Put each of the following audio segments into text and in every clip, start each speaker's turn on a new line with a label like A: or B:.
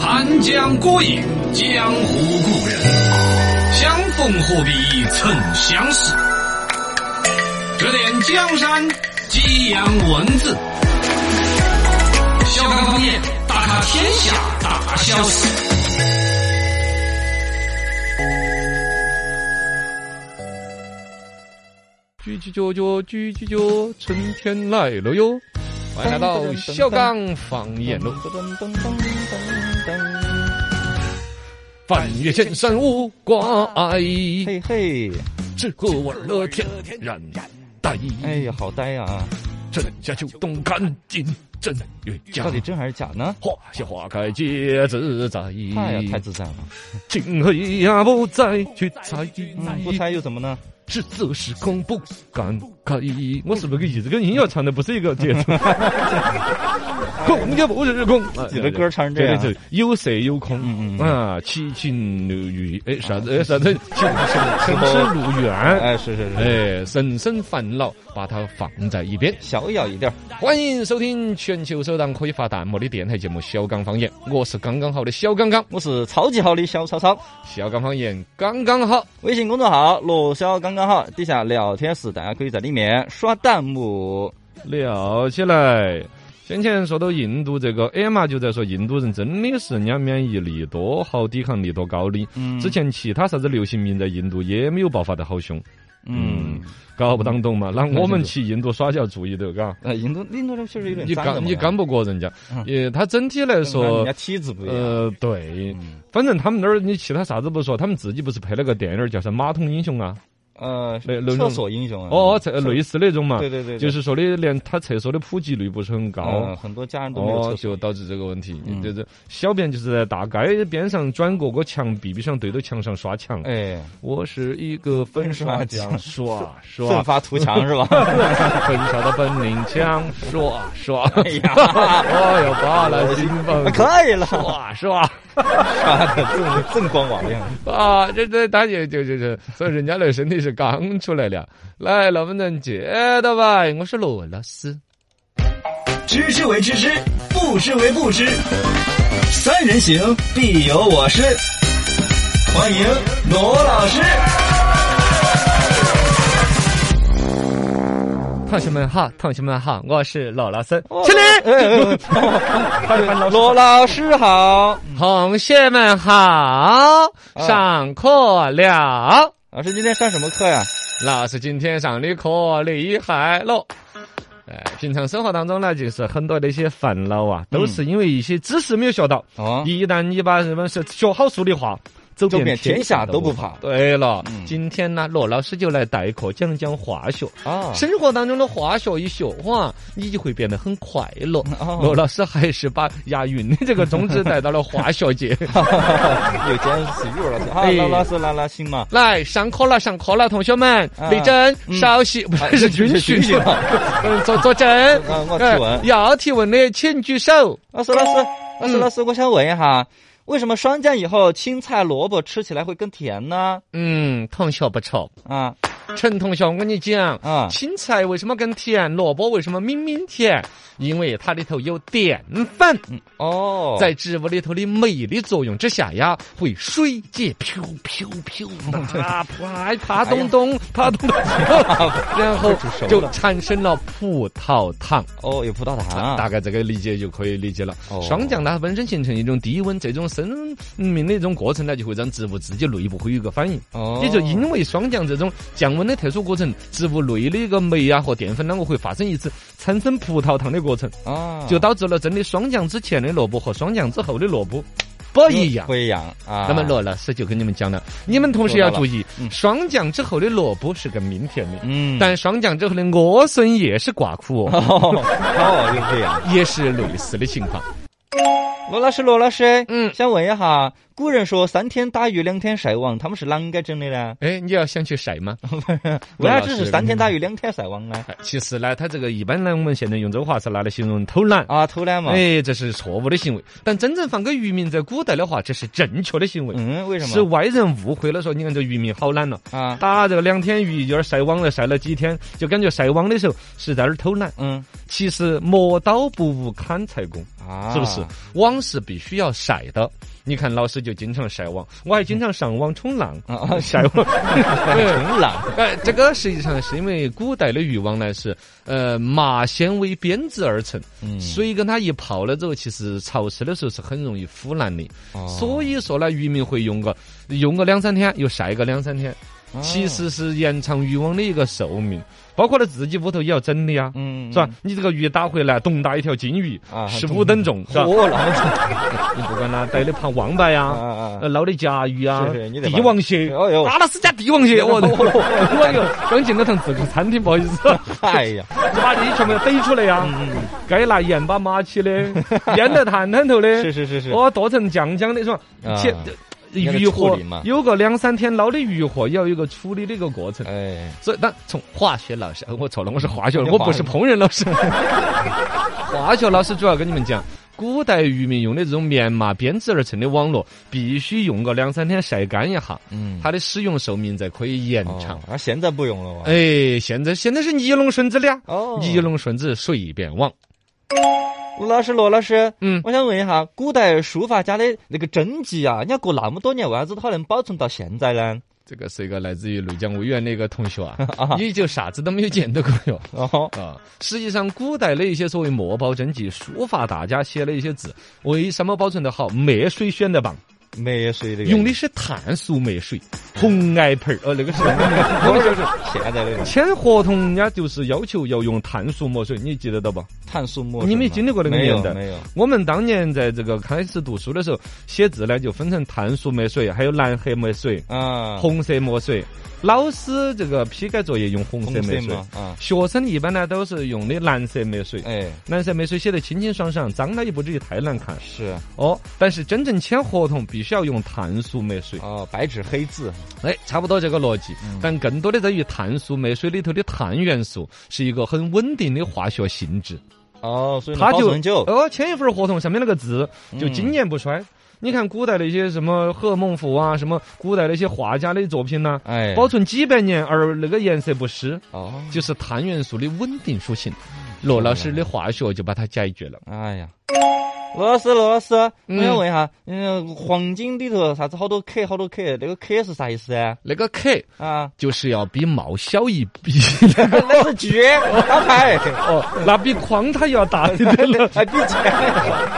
A: 南江孤影，江湖故人，相逢何必曾相识。指点江山，激扬文字，笑看方言，大咖天下大小事。
B: 举举脚脚，举举脚，春天来了哟！欢迎来到小岗方言喽。翻越千山无挂碍，
C: 嘿嘿，
B: 吃喝玩乐天然呆。
C: 哎呀，好呆呀、啊！
B: 春夏秋冬看尽正月佳
C: 到，底真还是假呢？
B: 花谢花开皆自在。
C: 太呀，太自在了。
B: 情黑呀，不再去猜，
C: 嗯，不猜又怎么呢？
B: 只责时空不敢开。我是不是跟一直跟音乐唱的不是一个节奏？空也不是空，
C: 你的歌唱成这样
B: 对对对有色有空，
C: 嗯嗯
B: 啊，七情六欲，哎，啥子？哎，啥子？情情痴如缘，
C: 哎，是是是，
B: 哎，人生烦恼把它放在一边。
C: 小咬一点儿。
B: 欢迎收听全球首档可以发弹幕的电台节目《小刚方言》，我是刚刚好的小刚刚，
C: 我是超级好的小曹操，
B: 小刚方言刚刚好。
C: 微信公众号“罗小刚刚好”，底下聊天室，大家可以在里面刷弹幕。
B: 聊起来，先前说到印度这个，艾玛就在说印度人真的是人家免疫力多好，抵抗力多高的。
C: 嗯
B: 之前其他啥子流行病在印度也没有爆发得好凶，
C: 嗯，
B: 搞不当懂嘛。那我们去印度耍就要注意的，嘎，
C: 呃，印度印度这确实有点
B: 你
C: 脏的
B: 刚
C: 嘛
B: 你刚不过人家
C: 嗯，
B: 也他整体来
C: 人
B: 说
C: 家。体质不一样。
B: 呃，对，
C: 嗯
B: 反正他们那儿你其他啥子不说，他们自己不是拍了个电影儿叫啥《马桶英雄》啊？
C: 呃，
B: 那那种
C: 厕所英雄啊。
B: 哦，这类似那种嘛，
C: 对对对对
B: 就是说的连他厕所的普及率不是很高，
C: 呃很多家人都没有
B: 哦
C: 厕，所。
B: 就导致这个问题。
C: 嗯
B: 这这小便就是在大街边上转过个墙壁壁上对着墙上刷墙。
C: 哎，
B: 我是一个粉刷匠，
C: 粉
B: 刷
C: 奋
B: 刷，
C: 发图强是吧？
B: 粉刷的本领强，刷刷。
C: 哎 呀，
B: 我要把那金棒
C: 哎可以了，
B: 刷刷
C: 刷的锃锃光瓦亮。
B: 啊！这这大姐就就就，所以人家那身体是刚出来的。来，能不能接到吧？我是罗老 师。
D: 知之为知之，不知为不知。三人行，必有我师。欢迎罗老师。
B: 同学们好，同学们好，我是罗老师。
C: 罗老师好，
B: 同学们好，上课了。
C: 老师今天上什么课呀？
B: 老师今天上的课厉害喽！哎，平常生活当中呢，就是很多的一些烦恼啊，都是因为一些知识没有学到。
C: 哦，
B: 一旦你把什么是学好书的话，走
C: 走
B: 遍
C: 遍天下都不
B: 不
C: 怕
B: 对了，
C: 嗯
B: 今天呢，罗老师就来代课讲讲化学。
C: 啊，
B: 生活当中的化学一学哇，你就会变得很快乐。
C: 哦
B: 罗老师还是把押韵的这个宗旨带到了化学 界。
C: 有钱是有了，啊，
B: 哎
C: 老老师拉拉心嘛，
B: 来上课了，上课了，同学们，
C: 啊
B: 立正，
C: 嗯
B: 稍息，不
C: 啊
B: 是是军
C: 是军
B: 训
C: 训啊，
B: 嗯，坐坐正
C: 啊我。提问
B: 哎要提问的请举手。
C: 老师老师老师老师，我想问一下，为什么霜降以后青菜萝卜吃起来会更甜呢？
B: 嗯，同学不错，
C: 啊
B: 陈同学，我跟你讲，
C: 啊，
B: 青菜为什么更甜？萝卜为什么明明甜？因为它里头有淀粉，
C: 哦，
B: 在植物里头的酶的作用之下呀，会水解飘飘 飘，啊啪啪啪
C: 哎
B: 咚咚啪咚咚，然后
C: 熟了
B: 就产生了葡萄糖。
C: 哦有葡萄糖
B: 啊，
C: 啊，
B: 大概这个理解就可以理解了
C: 哦。
B: 霜降呢，它本身形成一种低温，这种生命的一种过程呢，就会让植物自己内部会有一个反应。
C: 哦，
B: 也就因为霜降这种降温的特殊过程，植物内的一个酶啊和淀粉啷个会发生一次产生葡萄糖的过程，
C: 啊
B: 就导致了真的霜降之前的萝卜和霜降之后的萝卜
C: 哦
B: 不一样。
C: 不一样啊，
B: 那么罗老师就跟你们讲了，你们同时要注意，
C: 嗯
B: 霜降之后的萝卜是更明甜的，
C: 嗯，
B: 但霜降之后的莴笋也是寡苦 哦，
C: 哦哦又这样。
B: 也是类似的情况。
C: 罗老师，罗老师，
B: 嗯
C: 想问一下，古人说三天打鱼两天晒网，他们是啷个整的呢？
B: 哎，你要想去晒吗？
C: 为啥
B: 罗老
C: 只
B: 师
C: 是三天打鱼两天晒网呢？
B: 哎 其实呢，它这个一般呢，我们现在用这个话是拿来形容偷懒。
C: 啊，偷懒嘛。
B: 哎，这是错误的行为。但真正放给渔民在古代的话，这是正确的行为。
C: 嗯，为什
B: 是
C: 么？
B: 外人误会了，说你看这渔民好懒了，
C: 啊，
B: 打这个两天鱼，有点晒网了，晒了几天，就感觉晒网的时候是在那儿偷懒。
C: 嗯
B: 其实磨刀不误砍柴工，
C: 啊，
B: 是不是？？网是必须要晒的，你看老师就经常晒网，我还经常上网冲浪。
C: 啊 啊，
B: 晒 网，
C: 冲浪，
B: 哎，这个实际上是因为古代的渔网呢是呃麻纤维编织而成，
C: 嗯
B: 所以跟它一泡了之后，其实潮湿的时候是很容易腐烂的。
C: 哦
B: 所以说呢，渔民会用个用个两三天，又晒个两三天，
C: 哦
B: 其实是延长渔网的一个寿命。包括了自己屋头也要整理啊，
C: 嗯
B: 是吧？你这个鱼打回来，咚打一条金鱼
C: 啊，
B: 十五等重，是吧？
C: 我浪，
B: 你不管它逮的螃王八呀
C: 啊啊，
B: 呃捞的甲鱼啊
C: 是是你，得把
B: 帝王蟹，
C: 哎呦哦
B: 阿拉斯加帝王 蟹，我我哟，刚进了趟自助餐厅，不好意 思，
C: 哎 呀，
B: 就把这些全部逮出来呀，
C: 嗯
B: 该拿盐巴麻起的， 腌得炭炭头的，
C: 是是是是，
B: 哦，剁成酱酱的，是吧？
C: 啊
B: 切呃
C: 要给
B: 鱼
C: 处
B: 货
C: 理嘛
B: 有个两三天捞的鱼货，也要有一个处理的一个过程。
C: 哎，
B: 所以，但从化学老师，呃我错了，我是化学老师，
C: 你
B: 我
C: 化
B: 不是
C: 学
B: 烹饪老 师。化学老师主要跟你们讲，古代渔民用的这种棉麻编织而成的网络，必须用个两三天晒干一下，
C: 嗯，
B: 它的使用寿命才可以延长
C: 哦。而现在不用了哇，
B: 哎，现在现在是尼龙绳子的呀，
C: 哦
B: 尼龙绳子随便网，
C: 罗老师，罗老师，
B: 嗯
C: 我想问一下，古代书法家的那个真迹啊，人家过那么多年，为啥子它能保存到现在呢？
B: 这个是一个来自于内江委员的一个同学 啊，你就啥子都没有见到过哟。
C: 哦，
B: 啊，实际上古代的一些所谓墨宝真迹、书法大家写的一些字，为什么保存得好？墨水选得棒，
C: 没水的原因，
B: 用的是碳素墨水，红矮盆儿，呃，那个是
C: 我们就是现在的
B: 签合同，人家就是要求要用碳素墨水，你记得到不？
C: 碳素墨水嘛，
B: 你没经历过那个
C: 没有
B: 年代
C: 没有，
B: 我们当年在这个开始读书的时候，写字呢就分成碳素墨水，还有蓝黑墨水、
C: 啊，
B: 红色墨水。老师这个批改作业用红色墨
C: 红色
B: 水
C: 嘛啊，
B: 学生一般呢都是用的蓝色墨水。
C: 哎，
B: 蓝色墨水写得清清爽爽，脏了也不至于太难看
C: 是
B: 哦。但是真正签合同必须要用碳素墨水，
C: 哦，白纸黑字，
B: 哎，差不多这个逻辑。但更多的在于碳素墨水里头的碳元素是一个很稳定的化学性质，
C: 哦，所以
B: 它就嗯
C: 很久，
B: 哦签一份合同上面那个字就经年不衰。你看古代的一些什么贺孟甫啊，什么古代的一些画家的作品呐、
C: 哎，
B: 保存几百年而那个颜色不失，
C: 哦，
B: 就是碳元素的稳定属性。罗老师嗯的化学就把它解决了。
C: 哎呀。罗老师，罗老师，我
B: 嗯
C: 想问一下，嗯，黄金里头啥子好多 K，好多 K，那个 K 是啥意思啊？
B: 那个 K
C: 啊，
B: 就是要比毛小一比，
C: 那是绝，打牌，
B: 哦，那比框它要大一点 了。
C: 还比绝。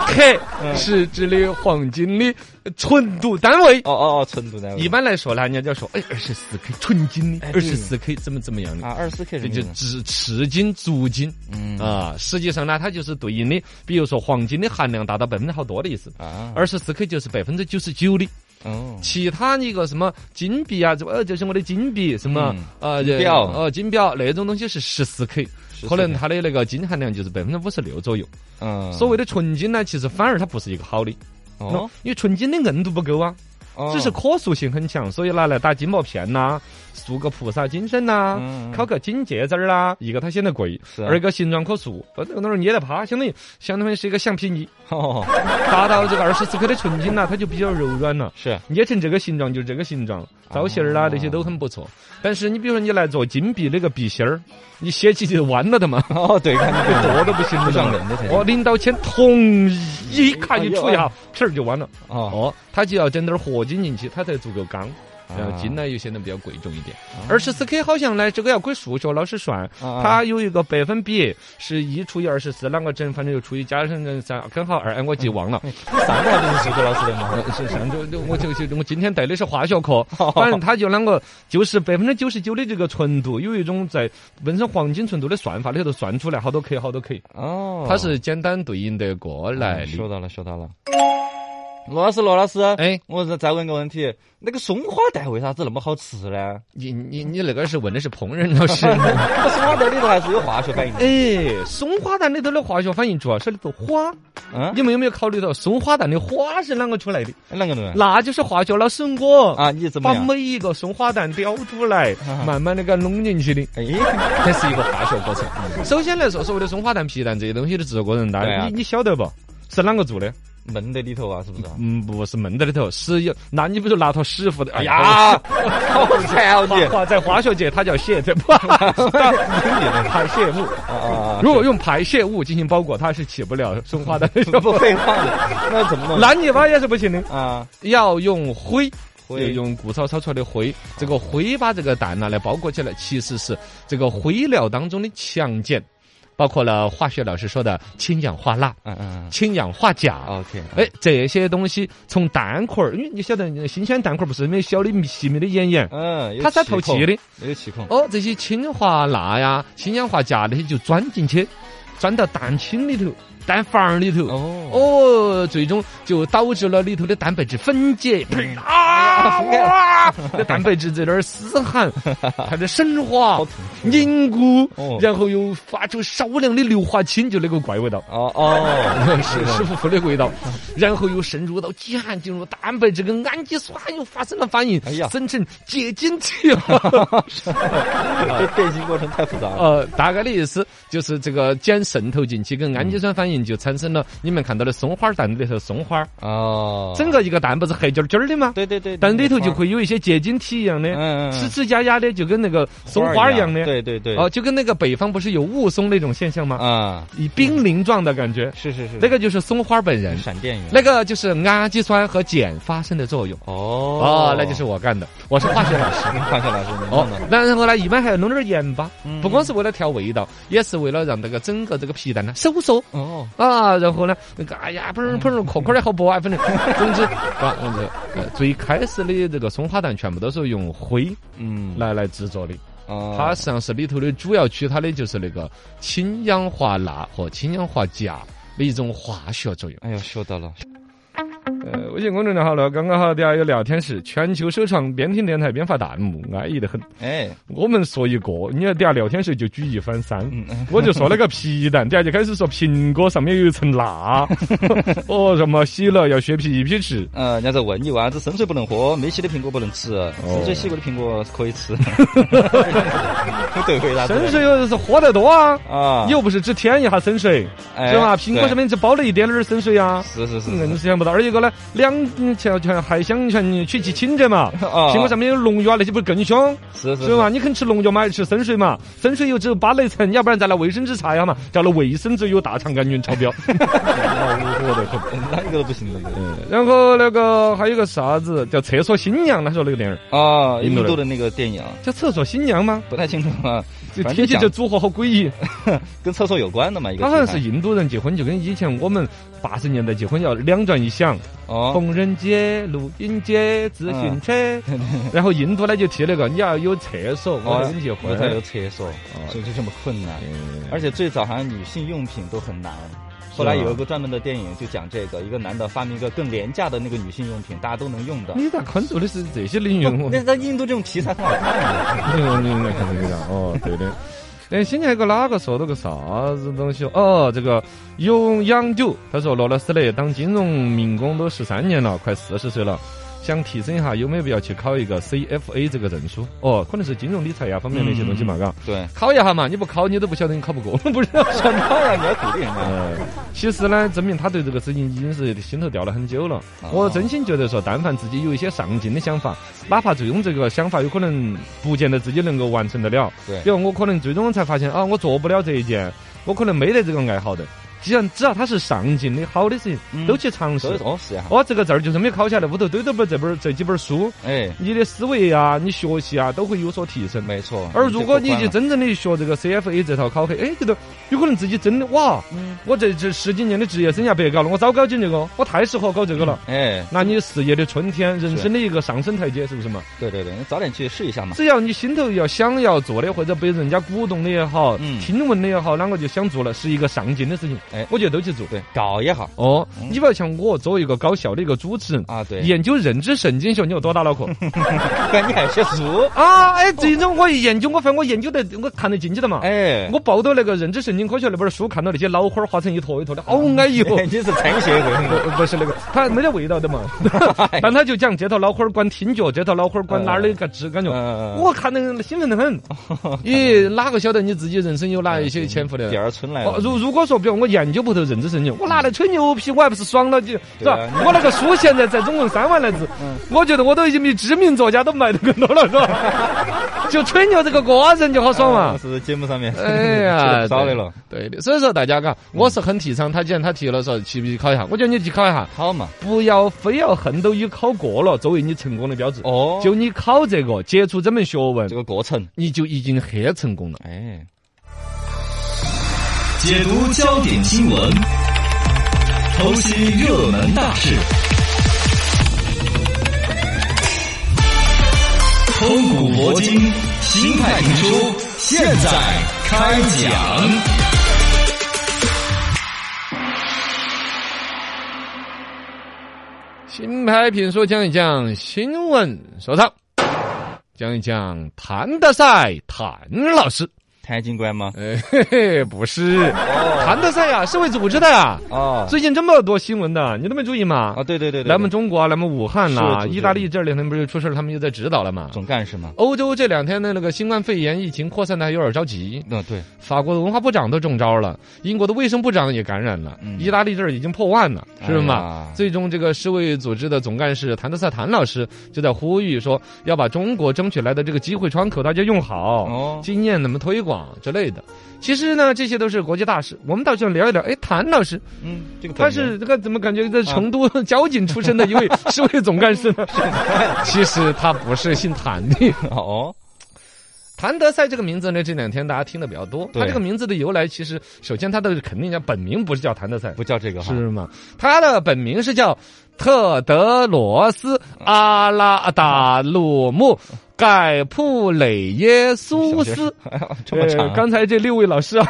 B: K 是指的黄金的纯度单位。
C: 哦哦哦，纯度单位。
B: 一般来说呢，人家就说，哎，二十四 K 纯金的，
C: 哎
B: 二
C: 对
B: 十四 K 怎么怎么样的，
C: 啊，二十四 K
B: 这
C: 什么
B: 就
C: 意
B: 指
C: 思？
B: 赤金、足金
C: 嗯
B: 啊。实际上呢，它就是对应的，比如说黄金的含量达到百分之好多的意思。
C: 啊，
B: 二十四 K 就是百分之九十九的，
C: 哦，
B: 其他一个什么金币啊，这呃就是我的金币，什么
C: 嗯
B: 呃
C: 金表
B: 呃金表那种东西是十四 K，
C: 14K
B: 可能它的那个金含量就是百分之五十六左右。
C: 嗯，
B: 所谓的纯金呢，其实反而它不是一个好的，
C: 哦，
B: 因为纯金的硬度不够啊，
C: 哦
B: 只是可塑性很强，所以拿来打金毛片呐、塑个菩萨金身呐、
C: 嗯嗯
B: 烤个金戒指儿啦，一个它显得贵，
C: 是啊
B: 二一个形状可塑，呃，那个那儿捏得趴，相当于相当于是一个橡皮泥，
C: 哦，
B: 达到这个二十四克的纯金呐，它就比较柔软了。
C: 是
B: 捏成这个形状就是这个形
C: 哦
B: 状，造型儿啦那些都很不错。但是你比如说你来做金币那个币芯儿，你写起就弯了的嘛，
C: 哦，对，看你
B: 剁都不行
C: 不
B: 的
C: 像
B: 嘛。
C: 人的才是
B: 哦，领导签同意，看一
C: 哎
B: 出一下，皮儿就弯了。
C: 哦，
B: 哦，它就要整点儿合金进去，它才足够刚。
C: 啊
B: 然后金呢又显得比较贵重一点。二十四 K 好像呢，这个要归数学老师算，
C: 啊
B: 它有一个百分比是一除以二十四，啷个整？反正就除以加上正三，根号二，哎，我记忘了。
C: 你上个还不是数学老师的吗？
B: 呃是上周就我就就我今天带的是化学课，反正它就啷个就是百分之九十九的这个纯度，有一种在本身黄金纯度的算法里头算出来好多 K 好多哦 K，
C: 哦，
B: 它是简单对应得过来
C: 嗯
B: 的。
C: 收到了，收到了。罗老师，罗老师，
B: 哎，
C: 我再再问个问题，那个松花蛋为啥子那么好吃呢？
B: 你你你那个是问的是烹饪老师。
C: 那松花蛋里头还是有化学反应的。
B: 哎，松花蛋里头的化学反应主要是里头花，
C: 嗯，哎
B: 你们有没有考虑到松花蛋的花是啷个出来的？
C: 啷个弄？
B: 那就是化学老师我
C: 啊，你怎么
B: 把
C: 样？
B: 每一个松花蛋雕出来
C: 啊，
B: 慢慢的给它弄进去的。
C: 哎，
B: 这是一个化学过程。首先来说，所谓的松花蛋、皮蛋这些东西的制作过程，大
C: 对
B: 家
C: 啊
B: 你你晓得不？是啷个做的？
C: 闷在里头啊，是不是？
B: 嗯，不是闷在里头，是有，那你不就拿坨屎糊的？哎
C: 哎
B: 呀，
C: 呀，好惨哦你！
B: 花在化学界它叫蟹，对吧？排泄物。
C: 啊，
B: 如果用排泄物进行包裹，它是起不了生化的。
C: 不废话了，那怎么弄？
B: 烂泥巴也是不行的，
C: 啊，
B: 要用灰。
C: 灰
B: 用谷草炒出来的灰，这个灰把这个蛋拿来包裹起来，其实是这个灰料当中的强碱，包括了化学老师说的氢氧化钠、
C: 嗯嗯
B: 氢氧化钾。
C: 嗯，OK，
B: 哎，这些东西从蛋壳儿，因为你晓得新鲜蛋壳儿不是没小的细密的眼眼，
C: 嗯，
B: 它是透气的。
C: 有气孔，
B: 哦，这些氢化钠呀、氢氧化钾那些就钻进去，钻到蛋清里头、蛋房里头。
C: 哦，
B: 哦，最终就导致了里头的蛋白质分解，呸啊！哇， 那蛋白质在那儿嘶喊，它的升华、凝固
C: 哦，
B: 然后又发出少量的硫化氢，就那个怪味道。
C: 哦哦，
B: 是湿乎乎的味道，然后又渗入到肌含，进入蛋白质跟氨基酸又发生了反应，
C: 哎呀
B: 生成结晶体了。
C: 这变形过程太复杂了。
B: 呃，大概的意思就是这个碱渗透进去，跟氨基酸反应就产生了你们看到的松花蛋里头松花儿，
C: 哦，
B: 整个一个蛋不是黑筋儿筋儿的吗？
C: 对对对，
B: 但里头
C: 那
B: 就
C: 个花儿
B: 会有一些结晶体一样的，
C: 嗯嗯嗯
B: 呲呲牙牙的，就跟那个松花儿一样的。
C: 对对对，
B: 哦，就跟那个北方不是有雾凇那种现象吗？
C: 啊，嗯
B: 以濒临状的感觉，
C: 是是是，
B: 那个就是松花儿本人。
C: 闪电云，
B: 那个就是氨基酸和碱发生的作用。
C: 哦
B: 哦，那就是我干的，我是化学老 师。
C: 化学老师，你
B: 哦
C: 弄的，
B: 那然后呢，一般还要弄点盐巴，
C: 嗯
B: 不光是为了调味道，也是为了让这个整个这个皮蛋呢收缩
C: 哦，
B: 啊。然后呢，那个哎呀，砰砰，壳壳儿也好薄啊，反正 总之啊，我们这呃最开始的这个松花蛋全部都是用灰
C: 嗯，
B: 来来制作的，
C: 哦
B: 它实际上是里头的主要取它的就是那个氢氧化钠和氢氧化钾的一种化学作用。
C: 哎呀，说到了，
B: 呃，微信公众号了，刚刚好底下有聊天室，全球首创边听电台边发弹幕，安逸得很。
C: 哎，
B: 我们说一个，你看底下聊天室就举一反三。
C: 嗯，
B: 我就说那个皮蛋，底下就开始说苹果上面有一层 蜡，哦，什么洗了要削皮皮吃。
C: 呃，人家在问你为啥子深水不能喝，没洗的苹果不能吃，
B: 哦
C: 深水洗过的苹果可以吃。 不对回答
B: 深水有人是喝得多啊，
C: 啊，
B: 你又不是只添一下深水，
C: 哎
B: 是吧？苹果
C: 对
B: 上面只包了一点点儿深水啊。
C: 是是是
B: 硬
C: 是，
B: 是想不到，而一个呢，两嗯条全还想全取其轻者嘛。
C: 啊
B: 嗯苹果上面有龙虾，那些不是更凶？
C: 是是
B: 是嘛？你肯吃龙虾嘛，还是吃生水嘛？生水又只有扒了一层，要不然再来卫生纸擦一下嘛。掉了卫生纸有大肠杆菌超 标，恼火得很。
C: 是，哪一个都不行了这个
B: 然后那个还有个啥子叫厕所新娘，他说那个电影儿
C: 啊，
B: 印
C: 印
B: 度人
C: 度的那个电影
B: 叫厕所新娘吗？
C: 不太清楚啊，
B: 就
C: 反
B: 听起
C: 正就
B: 这
C: 讲
B: 组合好诡异，
C: 跟厕所有关的嘛，一个
B: 他好像是
C: 题材
B: 印度人结婚，就跟以前我们八十年代结婚要两转一响，
C: 哦，
B: 缝纫机、录音机、自行车，
C: 嗯
B: 然后印度呢就提那个你要有厕所，
C: 哦
B: 我才跟你结
C: 不太有
B: 婚。
C: 厕所，
B: 哦
C: 所以就这么困难。
B: 嗯
C: 而且最早好像女性用品都很难。
B: 是
C: 后来有
B: 吗
C: 一个专门的电影就讲这个，一个男的发明一个更廉价的那个女性用品，大家都能用的。
B: 你咋关注的是这些 领域？ 我
C: 那那印度这种题材很好看的。
B: 你你来看这个哦，对的。哎，先前还有个哪个说了个啥子东西？哦，这个有洋酒，他说罗老师嘞，当金融民工都十三年了，快四十岁了，想提升一下，有没有必要去考一个 CFA 这个证书？哦，可能是金融理财呀方面的一些东西嘛，嘎、
C: 对，
B: 啊考一下嘛，你不考你都不晓得你考不过，不知道。
C: 什么呀？你要鼓励人家？
B: 呃，其实呢，证明他对这个事情已经是心头掉了很久了。
C: 哦
B: 我真心觉得说，但凡自己有一些上进的想法，哪怕最终这个想法有可能不见得自己能够完成得了。
C: 对
B: 比如我可能最终才发现啊，我做不了这一件，我可能没得这个爱好的。既然只要他是上进的、好的事情，
C: 嗯
B: 都去尝试
C: 所以。哦是呀，
B: 哦，这个证儿就算没考下来，屋头堆着本这本儿这几本儿书，
C: 哎，
B: 你的思维啊、你学习啊，都会有所提升。
C: 没错。
B: 而如果你去
C: 就
B: 真正的学这个 CFA 这套考核，哎，觉得有可能自己真的哇，
C: 嗯
B: 我这这十几年的职业生涯白搞了，我早搞起这个，我太适合搞这个了。
C: 哎，
B: 那你事业的春天，人生的一个上升台阶，是不是嘛？
C: 对对对，你早点去试一下嘛。
B: 只要你心头要想要做的，或者被人家鼓动的也好，
C: 嗯
B: 听闻的也好，啷个就想做了，是一个上进的事情，
C: 哎
B: 我觉得都去做。
C: 对，搞也好
B: 哦，你不要像我作为一个搞笑的一个主持人，
C: 啊，对，
B: 研究认知神经学，你有多大脑 壳？
C: 关你还学书，
B: 啊，哎，最终我一研究，我发现我研究得我看得进去的嘛。
C: 哎，。
B: 我抱到那个认知神经科学那本书，看到那些脑花儿化成一坨一坨的，好安逸 哦
C: 你是陈协 会， 哎
B: 不不是那个，它没得味道的 嘛。但他就讲这套脑花儿管听觉，这套脑花儿 管哪儿的一个质感觉。
C: 嗯
B: 我看得兴奋得 很。咦，哪个晓得你自己人生有哪一些潜伏的
C: 哎第？二春来
B: 哦
C: 了，
B: 如如果说，比如我研究不透认知神经，我拿来吹牛皮，我还不是爽了？就是
C: 对啊
B: 吧
C: 你？
B: 我那个书现在在中文三万来字，
C: 嗯
B: 我觉得我都已经比知名作家都卖得更多了，是 吧？就吹牛这个个人就好爽嘛。
C: 呃是节目上 面，
B: 哎
C: 吃
B: 呀，
C: 得不少的了，
B: 对的，所以说大家嘎，我是很提倡他，既然他提了说去不去考一下，我觉得你去考一下，
C: 好嘛，
B: 不要非要恨都已考过了作为你成功的标志。
C: 哦，
B: 就你考这个，接触这门学问
C: 这，个过程，
B: 你就已经很成功了。
C: 哎，
D: 解读焦点新闻，剖析热门大事，通古博今，新派评书，现在开讲。
B: 新派评书讲一讲新闻说唱，讲一讲谭德赛谭老 师。
C: 谭警官吗？
B: 哎，嘿嘿，不是， 谭德赛呀、是位组织的呀、
C: 哦，
B: 最近这么多新闻的，你都没注意吗？
C: 啊，对对对对，
B: 来我们中国啊，来我们武汉啦、
C: 是组织
B: 意大利这两天不是出事儿他们又在指导了嘛
C: 对？总干事嘛，
B: 欧洲这两天的那个新冠肺炎疫情扩散的还有点着急，
C: 嗯，对，
B: 法国的文化部长都中招了，英国的卫生部长也感染了，
C: 嗯
B: 意大利这儿已经破万了，是不是嘛？
C: 哎呀
B: 最终，这个世卫组织的总干事谭德赛谭老师就在呼吁说，要把中国争取来的这个机会窗口，大家用好，
C: 哦
B: 经验怎么推广之类的。其实呢，这些都是国际大事，我们倒想聊一聊。哎，谭老师，
C: 嗯，这个
B: 他
C: 本人
B: 是这个怎么感觉在成都 交警出身的一位 世卫总干事呢？ 其实他不是姓谭的，
C: 哦，
B: 谭德赛这个名字呢，这两天大家听的比较多。
C: 对
B: 他这个名字的由来，其实首先他的肯定叫本名不是叫谭德赛，
C: 不叫这个哈，
B: 是吗？他的本名是叫特德罗斯·阿拉达鲁姆·盖普雷耶苏斯。
C: 哎呀 这么
B: 呃
C: 长，
B: 刚才这六位老师啊，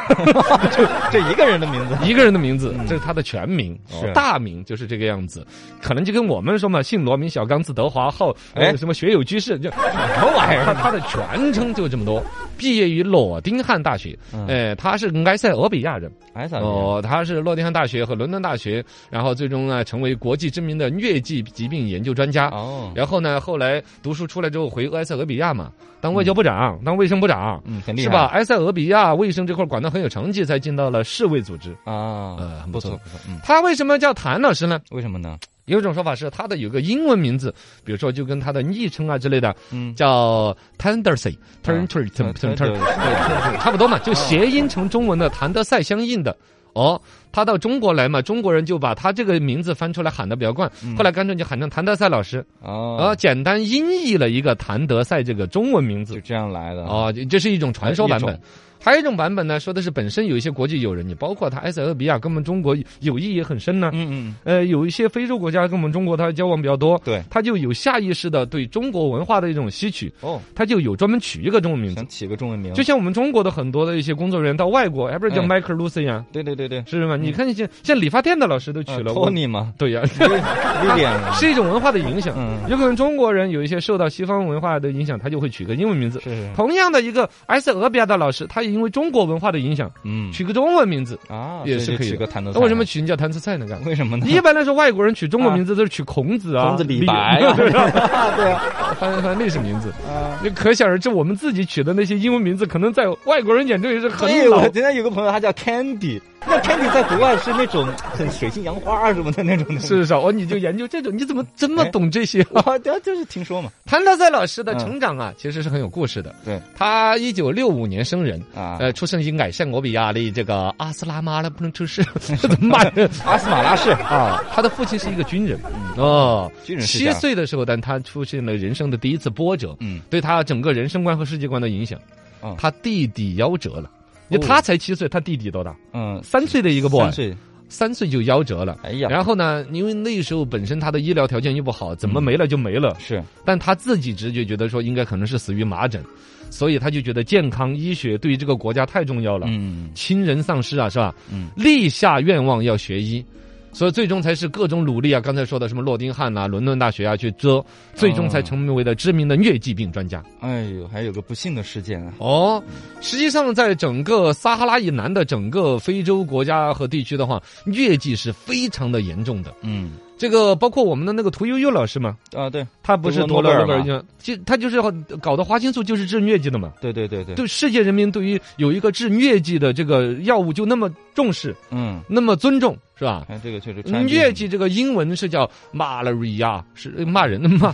C: 这一个人的名字，
B: 一个人的名字，这是他的全名，
C: 嗯
B: 哦
C: 是
B: 大名就是这个样子。可能就跟我们说嘛，姓罗名小刚，字德华，号
C: 哎
B: 呃什么学有居士，就什么玩意儿？他他的全称就这么多。毕业于诺丁汉大学，
C: 嗯
B: 呃，他是埃塞俄比亚人，
C: 哎啥？
B: 哦，他是诺丁汉大学和伦敦大学，然后最终呢成为国际知名的疟疾疾病研究专家。
C: 哦，
B: 然后呢，后来读书出来之后回埃塞俄比亚嘛，当外交部长，当卫生部长，
C: 嗯，很厉害，
B: 是吧？？埃塞俄比亚卫生这块管得很有成绩，才进到了世卫组织。
C: 啊，
B: 呃很不
C: 不
B: 错
C: 错不错，嗯，
B: 他为什么叫谭老师呢？
C: 为什么呢？
B: 有一种说法是他的有个英文名字，比如说就跟他的昵称啊之类的，
C: 嗯，啊呃
B: 叫 Tendercy Turn Turn Turn
C: 对
B: Turn
C: 对
B: Turn，差不多嘛，就谐音成中文的谭德赛相应的。哦，他到中国来嘛，中国人就把他这个名字翻出来喊的比较惯，
C: 嗯
B: 后来干脆就喊成谭德赛老师，啊，
C: 哦，
B: 简单音译了一个谭德赛这个中文名字
C: 就。这样来的，
B: 哦，这这是一种传说版
C: 啊哎一
B: 本
C: 种。
B: 还有一种版本呢，说的是本身有一些国际友人，你包括他埃塞俄比亚跟我们中国友谊也很深呢。
C: 嗯嗯，
B: 呃，有一些非洲国家跟我们中国他交往比较多，
C: 对，
B: 他就有下意识的对中国文化的一种吸取，
C: 哦，
B: 他就有专门取一个中文名字。
C: 想起个中文名，
B: 就像我们中国的很多的一些工作人员到外国，哎，不是叫
C: 哎
B: Michael Lucy 啊，
C: 对对对对，
B: 是吗？你看像像理发店的老师都取
C: 呃
B: 了
C: 托
B: 我，
C: 尼嗯嘛，
B: 对呀、
C: 有点
B: 是一种文化的影响。
C: 嗯
B: 有可能中国人有一些受到西方文化的影响，他就会取个英文名字。
C: 是，
B: 同样的一个埃塞俄比亚的老师，他也因为中国文化的影响，
C: 嗯
B: 取个中文名字，
C: 啊，
B: 也
C: 所
B: 是可以
C: 就取
B: 的
C: 个谭德赛，
B: 那为什么取你叫谭德赛呢？干
C: 为什么 呢？
B: 一般来说，外国人取中国名字都是取孔子啊，
C: 孔子李白啊
B: 对吧？
C: 对啊，
B: 翻翻历史名字，
C: 啊
B: 就可想而知，我们自己取的那些英文名字，可能在外国人眼中也是很
C: 对，我
B: 老
C: 人家有个朋友，他叫 Candy，那 Candy 在国外是那种很水性杨花啊什么的那种的，
B: 是少哦，你就研究这种，你怎么这么懂这些啊？
C: 啊，对啊，就是听说嘛，
B: 谭德赛老师的
C: 嗯
B: 成长啊，其实是很有故事的。
C: 对，
B: 他一九六五年生人，
C: 啊，
B: 呃，出生于埃塞俄比亚的这个阿斯拉马勒布伦出 世，这怎么骂人
C: 阿斯马拉氏
B: 啊？他的父亲是一个军人，哦，
C: 嗯军人世
B: 七
C: 家，
B: 岁的时候，但他出现了人生的第一次波折，
C: 嗯，
B: 对他整个人生观和世界观的影响
C: 嗯。
B: 他弟弟夭折了，因为
C: 哦
B: 他才七岁，他弟弟多大？
C: 嗯，
B: 三岁的一个 boy，
C: 三岁，
B: 三岁就夭折了。
C: 哎呀，
B: 然后呢，因为那时候本身他的医疗条件又不好，怎么没了就没了。
C: 是
B: 但他自己直觉觉得说，应该可能是死于麻疹，所以他就觉得健康医学对于这个国家太重要了。
C: 嗯，
B: 亲人丧失啊，是吧？
C: 嗯，
B: 立下愿望要学医，所以最终才是各种努力啊，刚才说的什么诺丁汉呐、伦敦大学啊去遮，最终
C: 哦
B: 才成为了知名的疟疾病专家。
C: 哎呦，还有个不幸的事件啊，
B: 哦，实际上在整个撒哈拉以南的整个非洲国家和地区的话，疟疾是非常的严重的。
C: 嗯，
B: 这个包括我们的那个屠呦呦老师嘛，
C: 啊，对
B: 他不是
C: 德国
B: 夺
C: 诺贝
B: 了
C: 尔
B: 诺贝尔
C: 嘛
B: 奖，就他就是要搞的花青素就是治疟疾的嘛。
C: 对对对对，
B: 对世界人民对于有一个治疟疾的这个药物就那么重视，
C: 嗯，
B: 那么尊重，是吧？
C: 哎，这个确实传
B: 疟
C: 病
B: 疾这个英文是叫 malaria，是骂啊人的骂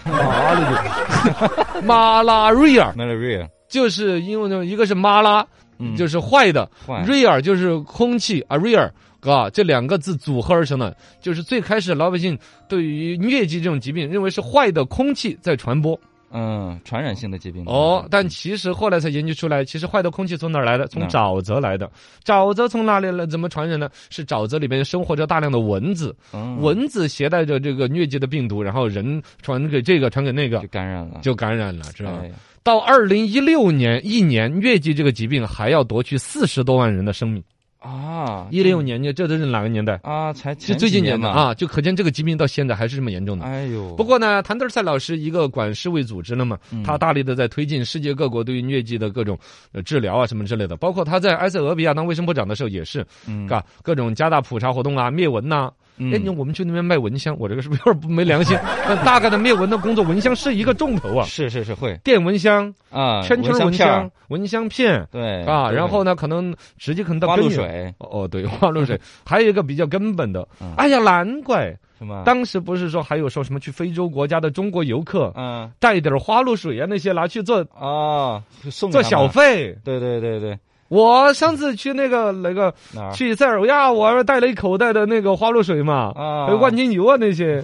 B: malaria，
C: malaria，
B: 就是英文的一个是麻拉，
C: 嗯，
B: 就是是坏的
C: 坏
B: ，rear 就是空气，air。啊，这两个字组合而成的，就是最开始老百姓对于疟疾这种疾病认为是坏的空气在传播
C: 嗯传染性的疾病
B: 哦，但其实后来才研究出来，其实坏的空气从哪儿来的？从
C: 嗯
B: 沼泽来的。沼泽从哪里来？怎么传染呢？是沼泽里面生活着大量的蚊子，
C: 嗯
B: 蚊子携带着这个疟疾的病毒，然后人传给这个，传给那个
C: 就，感染了，
B: 就感染了，知道吗
C: 哎？呀
B: 到二零一六年，一年疟疾这个疾病还要夺去四十多万人的生命。
C: 啊
B: 一六年，你这都是哪个年代？
C: 啊，才前
B: 是最
C: 几
B: 近年的
C: 嘛，
B: 啊，就可见这个疾病到现在还是这么严重的。
C: 哎呦，嗯
B: 不过呢，谭德赛老师一个管世卫组织了嘛，他大力的在推进世界各国对于疟疾的各种呃治疗啊什么之类的，包括他在埃塞俄比亚当卫生部长的时候也是，
C: 嗯
B: 嘎各种加大普查活动啊，灭蚊呐、哎，你我们去那边卖蚊香，我这个是不是有点不没 良心？但大概的灭蚊的工作，蚊香是一个重头啊，
C: 是是是会
B: 电蚊香、
C: 啊，
B: 圈圈
C: 蚊香
B: 蚊
C: 片儿
B: 香、蚊香片
C: 对
B: 啊，
C: 都
B: 然
C: 会
B: 后呢，可能直接可能到
C: 花
B: 根
C: 露
B: 源。
C: 水
B: 哦，对，花露 水，还有一个比较根本的
C: 嗯，
B: 哎呀，难怪
C: 是吗？
B: 当时不是说还有说什么去非洲国家的中国游客
C: 嗯
B: 带点花露水啊那些拿去做
C: 啊，就送
B: 做
C: 他
B: 小
C: 们
B: 费。
C: 对对对对，
B: 我上次去那个那个
C: 哪儿
B: 去塞尔维亚，我还带了一口袋的那个花露水嘛，
C: 啊
B: 还有万金油啊那 些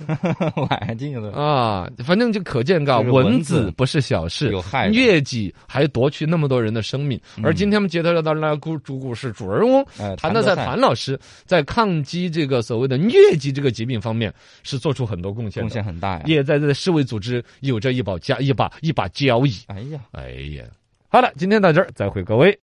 C: 晚进去的
B: 啊，反正就可见嘎，
C: 就是蚊
B: 蚊
C: 子
B: 子不是小事，
C: 有害的嗯
B: 疟疾还夺去那么多人的生命。而今天我们接到的那故主故事主人翁
C: 哎
B: 呃谭
C: 谭
B: 德
C: 德
B: 赛
C: 赛
B: 谭老师，在抗击这个所谓的疟疾这个疾病方面是做出很多贡献
C: 贡
B: 的，
C: 献很大呀。
B: 也在这世卫组织有着一把加一把一把交椅。
C: 哎呀。
B: 哎呀，好了，今天到这儿，再会各位。